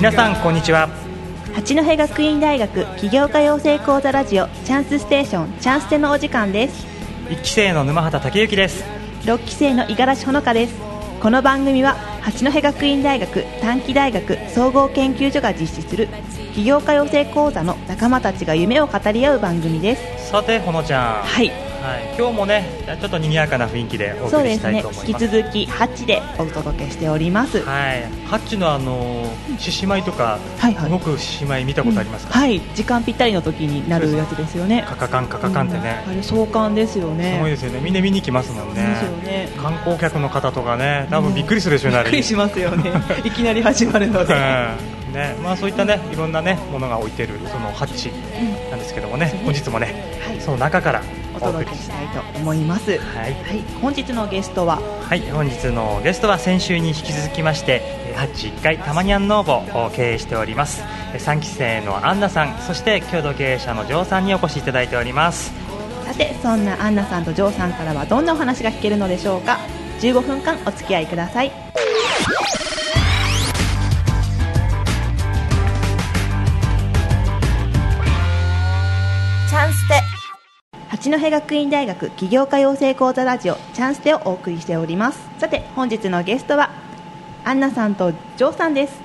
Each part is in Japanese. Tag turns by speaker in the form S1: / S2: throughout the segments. S1: 皆さんこんにちは
S2: 八戸学院大学起業家養成講座ラジオチャンスステーションチャンステのお時間です
S1: 1期生の沼畑武之です
S2: 6期生の五十嵐ほのかですこの番組は八戸学院大学短期大学総合研究所が実施する起業家養成講座の仲間たちが夢を語り合う番組です
S1: さてほのちゃん、
S2: はいい
S1: 今日もねちょっと賑やかな雰囲気でお
S2: そう
S1: 送
S2: で
S1: りし
S2: す
S1: たい
S2: ね
S1: と思い
S2: 引
S1: ま
S2: き
S1: す
S2: 続き8でお届けしておりますは
S1: はい、ハッチのあの獅子舞とか、
S2: いはい
S1: 動く獅子舞見たことありますか、
S2: はい時間ぴったりの時になるやつですよね
S1: カカカンカカカンってね
S2: う、んあれ壮観ですよね
S1: すごいですよねみんな見に来ますもんね
S2: ですよね
S1: 観光客の方とかね多分びっくりするでしょうね、
S2: び
S1: あ
S2: っ
S1: れ
S2: くりしますよ ねいきなり始まるので
S1: うんねまあ、そういったねいろんなねものが置いてるそのハッチなんですけどもね、本日もね、
S2: はい
S1: その中からお
S2: お
S1: 送
S2: 届
S1: り
S2: けし
S1: した
S2: いと思いますは
S1: はい
S2: い本日のゲストは
S1: はい、本日のゲストは先週に引き続きましてえーハッチ1階たまにゃん農房を経営しておりますえー三期生のアンナさんそして共同経営者のジョーさんにお越しいただいております
S2: さてそんなアンナさんとジョーさんからはどんなお話が聞けるのでしょうか15分間お付き合いください
S3: チャンステ
S2: 八戸学院大学起業家養成講座ラジオチャンステをお送りしておりますさて本日のゲストはアンナさんとジョーさんです
S1: よ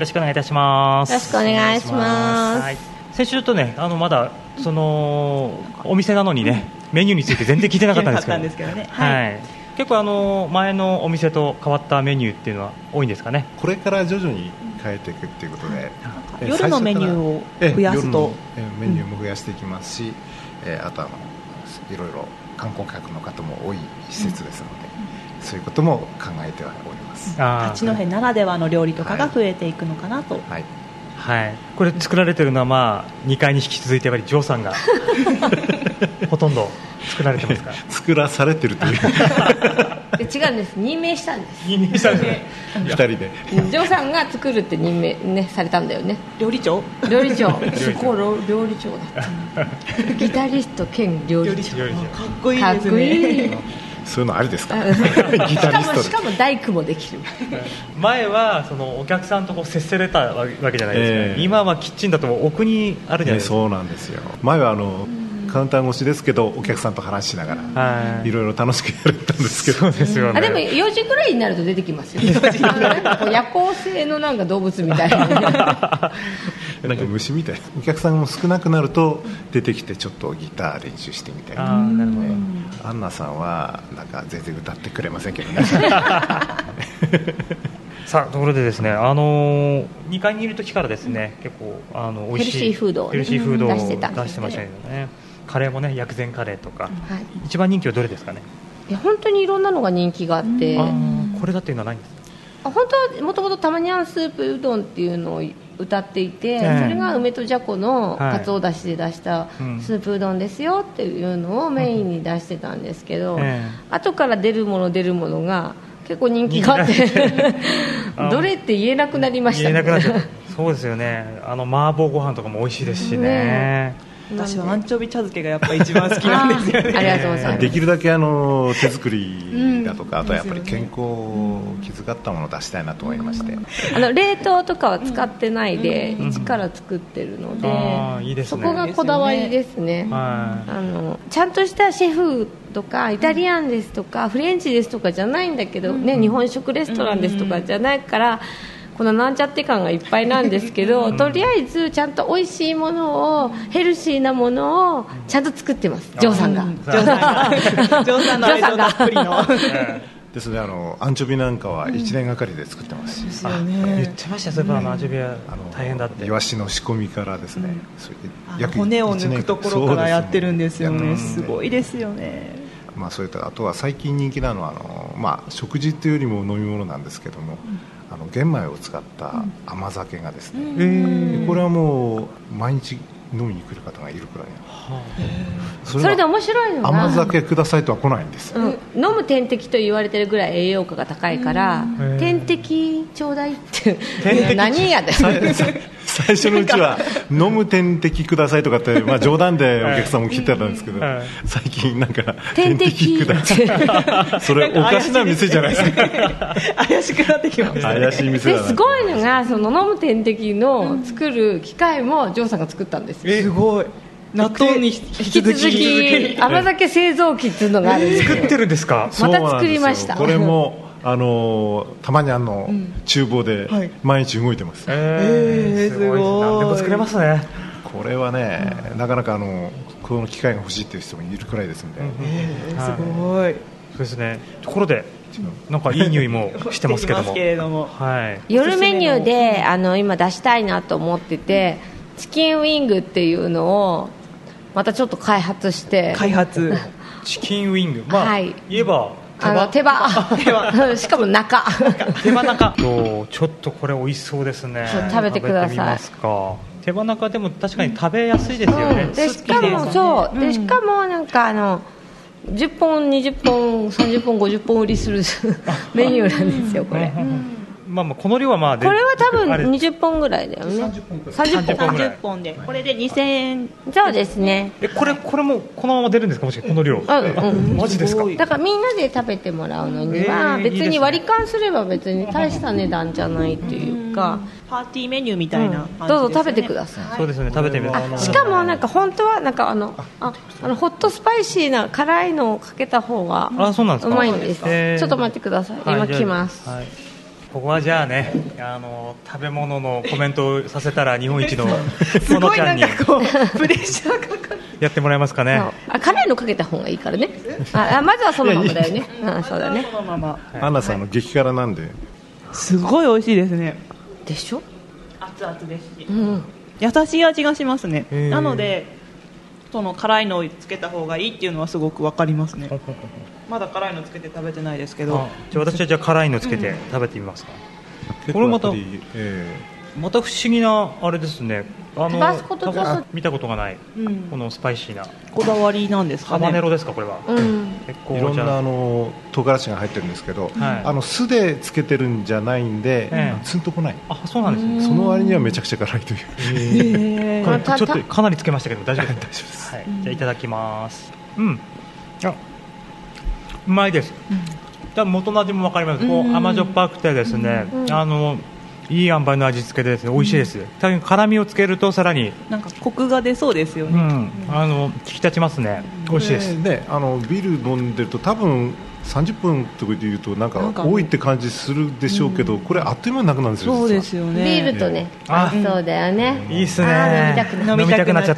S1: ろしくお願いいたします
S3: よろしくお願いします
S1: はい、先週とねあのまだそのお店なのにねメニューについて全然聞いてなかったんですけど
S2: 聞けなかったんですけどね
S1: は、
S2: はい
S1: 結構あの前のお店と変わったメニューっていうのは多いんですかね
S4: これから徐々に変えていくっていうことで、え
S2: 夜のメニューを
S4: 最初から
S2: 増やすと
S4: ええ夜のえメニューも増やしていきますし、えあとはあのいろいろ観光客の方も多い施設ですので、そういうことも考えてはおります、
S1: あ
S2: 八
S1: ー
S2: 戸ならではの料理とかが増えていくのかなと、
S4: はい、
S1: はい、これ作られてるのはまあ2階に引き続いてやっぱりジョーさん がほとんど作られてますから
S4: 作らされてるという
S3: で違うんです任命したんです
S1: 任命したんですね
S4: 二人で
S3: ジョーさんが作るって任命、ね、されたんだよね
S2: 料理長
S3: 料理長すごい料料理長だったギタリスト兼料理長
S1: 料理長
S2: かっこいい
S3: か
S2: で
S3: っ
S2: す
S3: こいい
S2: ね
S4: そういうのありですか
S3: あ
S4: ギタリ
S3: しか
S4: ス
S3: も
S4: ト
S3: し
S4: で
S3: かも大工もできる
S1: 前はそのお客さんとこう接せれたわけじゃないです
S4: え
S1: か、
S4: え
S1: 今はキッチンだと奥にあるじゃな
S4: ね
S1: いですか、
S4: そうなんですよ前はあのカウンター越しですけどお客さんと話しながら、
S1: はい
S4: いろいろ楽しくやれたんですけど
S1: そうですよね
S3: あでも4時ぐらいになると出てきますよあのなんかこう夜行性のなんか動物みたいな
S4: なんか虫みたいなお客さんも少なくなると出てきてちょっとギター練習してみたい
S1: あ
S4: な
S1: ーなるほど
S4: アンナさんはなんか全然歌ってくれませんけど ね
S1: さあところでですね、あのー、2階にいる時からですね、結構あの美味しい
S3: ヘルシーフードをね
S1: ヘルシーフードを
S3: うん
S1: 出
S3: 出
S1: し
S3: してて
S1: ま
S3: た
S1: したよねカレーもね薬膳カレーとか、
S3: はい
S1: 一番人気はどれですかね、
S3: いや本当にいろんなのが人気があって、
S1: あーこれだっていうのはないんです
S3: あ本当はもともとたまにゃんスープうどんっていうのを歌っていて、
S1: ええ
S3: それが梅とじゃこの
S1: はい
S3: かつおだしで出した
S1: うん
S3: スープうどんですよっていうのをメインに出してたんですけど、
S1: え
S3: 後から出るもの出るものが結構人気があっ
S1: 人気があって あ
S3: どれって言えなくなりました
S1: 言えなくなっちゃっ
S3: ね
S1: たそうですよねあの麻婆ご飯とかも美味しいですしね
S3: ね
S2: 私はアンチョビ茶漬けがやっぱ一番好きなんですよ
S3: あーありがとうございます
S4: できるだけあの手作りだとか、あとはやっぱり健康を気遣ったものを出したいなと思いまして、
S3: あの冷凍とかは使ってないで、一から作ってるので、
S1: あーいいです
S3: そ
S1: ね
S3: こがこだわりですね。
S1: はい
S3: あのちゃんとしたシェフとかイタリアンですとかフレンチですとかじゃないんだけど、ね、日本食レストランですとかじゃないから、このなんちゃって感がいっぱいなんですけど、とりあえずちゃんと美味しいものをヘルシーなものをちゃんと作ってます、ジョーさんが。
S2: ジョー さ んがジョーさんの愛情たっぷりの
S4: ですのであのアンチョビなんかは1年がかりで作ってますし、
S1: あ言ってましたよそういえばあのアジビア
S4: あの
S1: 大変だって
S4: イワシの仕込みからですね、そう
S2: あ
S4: 約
S2: 骨を
S4: 一
S2: 抜
S4: 年
S2: くところからやってるんですよ
S4: そう
S2: ね
S4: です
S2: ごいですよね
S4: まあ、それとあとは最近人気なのはあの、まあ、食事というよりも飲み物なんですけども、あの玄米を使った甘酒がですね、
S1: えー
S4: これはもう毎日飲みに来る方がいるくらいなそ
S3: それで
S4: が
S3: 面白いのが
S4: 甘酒くださいとは来ないんです、
S3: うん、飲む点滴と言われてるぐらい栄養価が高いから、
S1: うん
S3: 点滴ちょうだいって
S1: 滴
S3: 何やだよ
S4: さいさい最初のうちは飲む点滴くださいとかって、まあ、冗談でお客さんも来てたんですけど、
S1: はい
S4: 最近なんか
S3: 点
S4: 点
S3: 滴
S4: 滴くださいそれおかしな店じゃないですか
S2: 怪しくなってきましたね
S4: 怪しい店
S3: で
S4: だな
S3: すごいのがその飲む点滴の作る機械もジョーさんが作ったんですよ
S1: すごい納豆に引
S3: 引き続き甘酒製造機っていうのがあるんですよ
S1: 作ってるんですか
S4: そうなんですよ
S3: 作りました
S4: これもあのーたまにあの厨房で
S2: はい
S4: 毎日動いてます、
S1: え
S2: えーすごい
S1: 何でも作れますね
S4: これはね、なかなかあのこの機械が欲しいっていう人もいるくらいですんで、
S2: え
S1: はい
S2: ーすごい
S1: そうですねところでなんかいい匂いもしてますけども
S2: してきますけれども
S1: はい
S3: 夜メニューであの今出したいなと思っててチキンウィングっていうのをまたちょっと開発して
S2: 開発
S1: チキンウィングまあ
S3: はい
S1: 言えば
S3: あの手羽 しかも中
S1: 手羽 中とちょっとこれ美味しそうですね
S3: そう食べてください
S1: 食べみますか手羽中でも確かに食べやすいですよね、
S3: うんでし
S1: すっきり
S3: かもそう
S2: う
S3: で
S2: ん
S3: しかもなんかあの10本20本30本50本売りする メニューなんですよこれ
S1: うんまあまあこの量はまあ
S3: これは多分
S1: あれ
S3: 20本ぐらいだよね30
S1: 30本
S3: 本
S1: ぐらい
S2: 30本でこれで2000円
S3: そうですね
S1: えこれこれもこのまま出るんですかもしかしてこの量
S3: うんうん
S1: マジですか
S3: だからみんなで食べてもらうの
S1: えーい
S3: には
S1: いですね
S3: 別に割り勘すれば別に大した値段じゃないっていうか
S2: パーティーメニューみ
S3: う
S2: たい
S3: ん
S2: な感じですよね
S3: どうぞ食べてください
S1: そうですよね食べてみる
S4: あ
S3: しかもなんか本当はなんかあのああのホットスパイシーな辛いのをかけた方が
S1: あそうなんです
S3: う
S1: か
S3: まいんです
S1: へー
S3: ちょっと待ってください
S1: はい
S3: 今来ます
S1: じゃあはいここはじゃあねあの食べ物のコメントをさせたら日本 一の
S2: す
S1: もの
S2: ごい
S1: ちゃ
S2: なんん
S1: に
S2: かこうプレッシャーかかる
S1: やってもらえますかね
S3: そうあ辛いのかけた方がいいからねああまずはそのままだよねうんそうだ ね
S2: そのまま
S4: アンナさんの激辛なんで、
S2: すごい美味しいですね
S3: でしょ
S2: 熱々ですし
S3: うん
S2: 優しい味がしますね
S1: へー
S2: なのでその辛いのをつけた方がいいっていうのはすごくわかりますねまだ辛いのつけて食べてないですけ
S1: あ
S2: ど
S1: じゃあ私はじゃあ辛いのつけて食べてみますか、
S4: 結
S1: こ
S4: 構
S1: れ
S4: や
S1: ま
S4: ったぱり、え
S1: また不思議なあれですねあ
S3: タバスコ
S1: タ
S3: と
S1: バ
S3: ちょっと
S1: 見たことがない、
S2: うん
S1: このスパイシーな
S2: こだわりなんです
S1: ハ
S2: か
S1: バネ
S2: ね
S1: ロですかこれは、
S3: うん
S1: 結
S4: ー
S1: 構
S4: いろん
S1: じゃ
S4: な
S1: あ
S4: あの唐辛子が入ってるんですけど、
S1: はい
S4: あの酢でつけてるんじゃないんで、
S1: ええ
S4: ツンとこない、
S1: あそうなんですね、
S4: その割にはめちゃくちゃ辛いという、
S2: へー
S1: これちょ
S3: た
S1: っと
S3: た
S1: かなりつけましたけど大丈夫
S4: 大
S1: です
S4: 丈夫です
S1: はい、じゃあいただきますうんあうまいです、多分元の味もわかります、こう甘じょっぱくてですね、あのいい塩梅の味付けでですね美味しいです、多分辛みをつけるとさらに、
S2: なんかコクが出そうですよ
S1: う
S2: ね
S1: ん、あの引き立ちますね美味しいです、
S4: ね、あのビール飲んでると多分30分とかで言うとなん
S2: なんか
S4: か多いって感じするでしょうけど、これあっという間になくなるんですよ
S2: そうです
S4: よ
S2: よ
S3: ビ
S2: ね
S3: ールとね
S1: あ
S3: あそうだよね
S1: いいっすね
S3: あー飲みたくな
S2: 飲みたくなっちゃ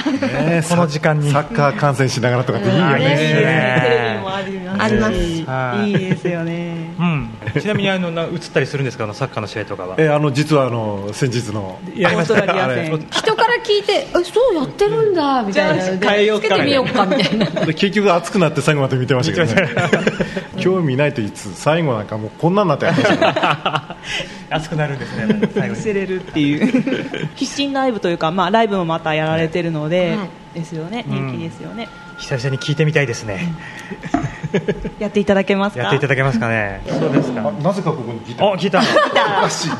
S2: っ
S1: 飲みたくなっちゃった
S2: た
S1: この時間に
S4: サッカー観戦しながらとかっていい
S3: あ
S4: よ
S1: いいです
S4: ね、
S1: ね
S2: テレビもありますし
S3: あります
S1: はい
S2: いいですよね
S1: うん、ちなみにあのな映ったりするんですかあのサッカーの試合とかは
S4: えあの実はあの先日の
S1: やりました
S2: オーストラリア戦
S3: 人から聞いてえそうやってるんだみたいなの
S2: じゃあ変えよ
S3: で
S2: う
S3: つ
S2: か
S3: けてみようかみたいな
S4: で結局熱くなって最後まで見てましたけどね興味ないと言いつつ最後なんかもうこんなんなってやってましたから
S1: 熱くなるんですね 最後に
S2: 忘れるっていう 必死ライブというか、まあ、ライブもまたやられてるので、
S3: はい
S2: ですよね人気ですよね、
S1: 久々に聞いてみたいですね
S2: やっていただけますか
S1: やっていただけますかねそうですか
S4: あなぜかここにギター
S1: お聞いた
S4: おかしい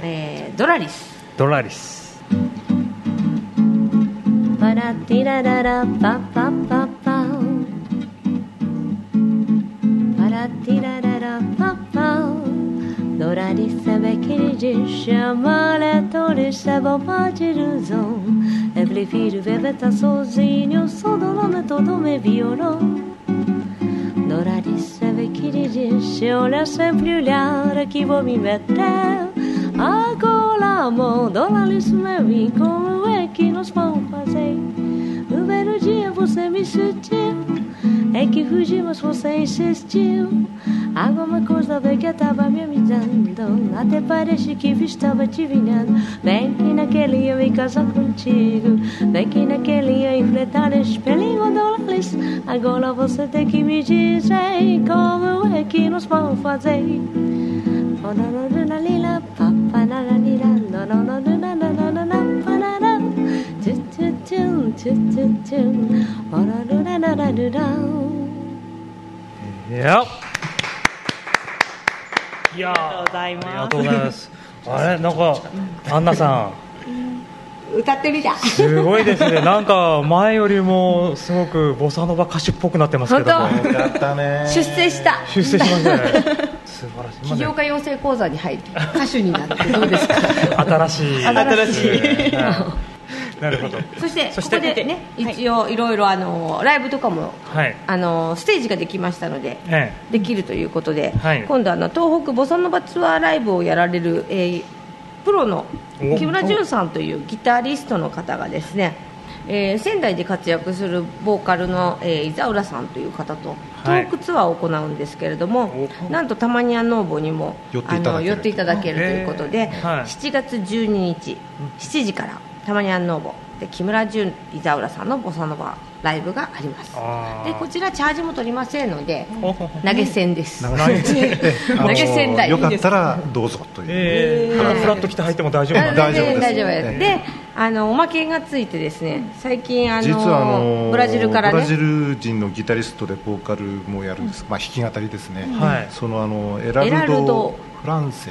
S3: えードラリス
S1: ドラリス
S3: パラティラララパパパパパラティラララパパドラリスavec les diciamo la torre stavo facendo zon e prefiro vivere sozinho solo la metodo me violò Några dissade kirigishola sempliulara qui vomi mette A colamo dona lisme vi como é que nos vão fazer No belo dia você me sentiu É que fugimos, você insistiu Alguma coisa veio que estava me amizando Até parece que estava te vinhando Vem que naquele dia eu me casar contigo Vem que naquele dia enfrentar espelhinho dólares Agora você tem que me dizer Como é que nós vamos fazer Oh, na, na, na, na, lila, pa, pa, na, na, lila, na, na, na, na, na, na, na, na, pa, na, na. Tu, tu, tu, tu, tu, tu. Oh, na, na, na, na, na, na.
S1: いやいや
S2: ありがとうございます
S1: ありがとうございますあれなんかアンナさん
S3: 歌ってみた
S1: すごいですね。なんか前よりもすごくボサノバ歌手っぽくなってますけども。
S3: 本
S4: やったね
S3: 出世した
S1: 出世しました ね。素晴らしい。
S3: 起業
S1: ま
S3: 家養成講座に入り 歌手になってどうですか
S1: あね新しい。
S2: 新しい
S1: ねはいなるほど。
S3: そして
S1: そして
S3: ここでね一応いろいろあのライブとかも
S1: はい。
S3: あのステージができましたので
S1: え
S3: できるということで、
S1: はい
S3: 今度あの東北ボサノバツアーライブをやられる、えープロの
S1: お
S3: 木村淳さんというギタリストの方がですね、えー仙台で活躍するボーカルの、えー伊沢浦さんという方と
S1: はい
S3: 東北ツアーを行うんですけれども、
S1: お
S3: なんとたまにや農房にも
S4: 寄ってい
S3: あ
S4: ただける
S3: の寄っていただけるということで、
S1: へーはい
S3: 7月12日7時からたまにや農房で木村淳伊沢浦さんのボサノバライブがあります。
S1: あー
S3: でこちらチャージも取りませんので、
S1: え。おほほ
S3: 投げ銭です。
S4: 投げ銭
S3: 投げ銭だ
S4: あのよかったらどうぞという、
S1: ええ。
S3: はい
S1: フラッと来て入っても大丈夫なんで
S3: あ
S4: 大丈夫です
S3: 大丈夫です
S4: ええ
S3: で、あのおまけがついてですね、最近あの
S4: 実はあの
S3: ブラジルから
S4: ブラジ
S3: ね、
S4: ル人のギタリストでボーカルもやるんです、まあ、弾き語りですね、
S1: はい
S4: そのあのエ
S3: エラ
S4: ラル
S3: ルド
S4: ド・フランセ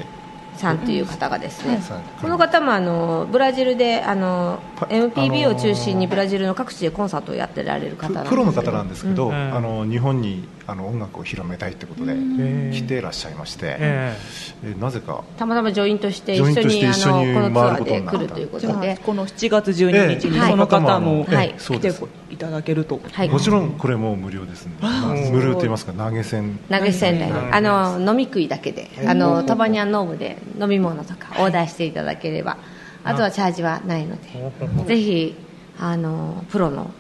S3: さんという方がですね、
S4: さんから
S3: この方もあのブラジルであの
S4: パ
S3: MPB を中心
S4: あのー
S3: にブラジルの各地でコンサートをやってられる方なんです
S4: プロの方なんですけど、
S1: うん
S4: あの日本にあの音楽を広めたいということで
S1: ん
S4: 来ていらっしゃいまして、
S1: え
S4: えなぜか
S3: たまたまジョインとして
S4: ジ
S3: 一
S4: ョイン
S3: 緒
S4: として
S3: にあ
S4: 一緒に
S3: のこのツアー
S4: 回
S3: で
S4: ることになった
S3: 来るというこ
S2: じゃ
S3: と
S2: あ
S3: で、
S2: この7月12日に
S4: ええ
S2: その方も
S4: ええ
S3: はい
S4: そ
S2: 来
S4: うで
S2: て
S4: す
S2: いただけると
S3: はい、
S4: もち
S3: 投
S4: ろんこれも無料ですね、まあ
S1: うん
S4: 無料と言いますか投げ銭
S3: げ銭で、
S1: うん
S3: あの飲み食いだけで、あのたまにはノーブで飲み物とかオーダーしていただければ、あとはチャージはないので。
S1: え。おほほ
S3: ぜひあのプロの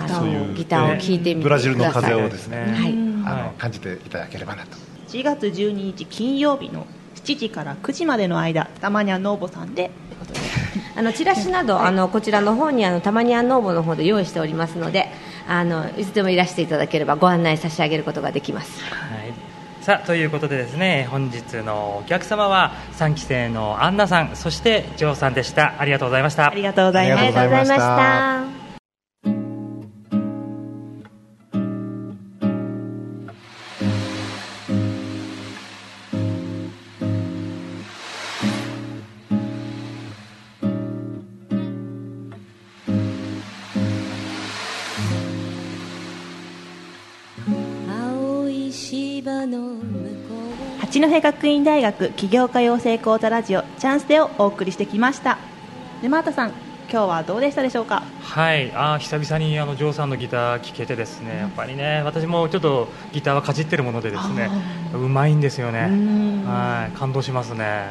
S3: あ
S4: そう
S3: の
S4: いう
S3: ギターを聴いてみてくださ
S4: ブラジ
S3: い。
S4: ルの風をですね
S3: はい。
S4: あ
S1: は
S4: の
S1: い
S4: 感じていただければなと
S2: 7月12日金曜日の7時から9時までの間たまにはノーボさんでってことで
S3: あのチラシなど、あのこちらの方にあのたまにアンノーボの方で用意しておりますので、あのいつでもいらしていただければご案内差し上げることができます。
S1: はい、さあということでですね本日のお客様は3期生のアンナさんそしてジョーさんでしたありがとうございました
S2: ありがとうござい
S4: あ
S2: ま
S4: り
S2: す
S4: がとうございました
S3: ありがとうございました。
S5: 青い芝の向こう
S2: 八戸学院大学起業家養成講座ラジオチャンステをお送りしてきました沼畑さん今日はどうでしたでしょうか
S1: はいあー久々にあのジョーさんのギター聴けてですねやっぱりね私もちょっとギターはかじってるものでですねうまいんですよねはい感動しますね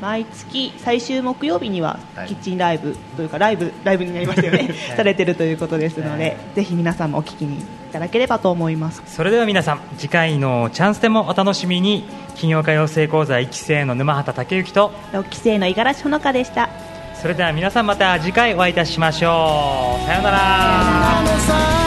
S2: 毎月最終木曜日には
S4: はい
S2: キッチンライブというかライブライブになりましたよねされてるということですので、ぜひ皆さんもお聞きにいただければと思います
S1: それでは皆さん次回のチャンスでもお楽しみに金曜歌謡成講座1期生の沼畑武之と
S2: 6期生の五十嵐ほのかでした
S1: それでは皆さんまた次回お会いいたしましょうさようなら
S5: のさ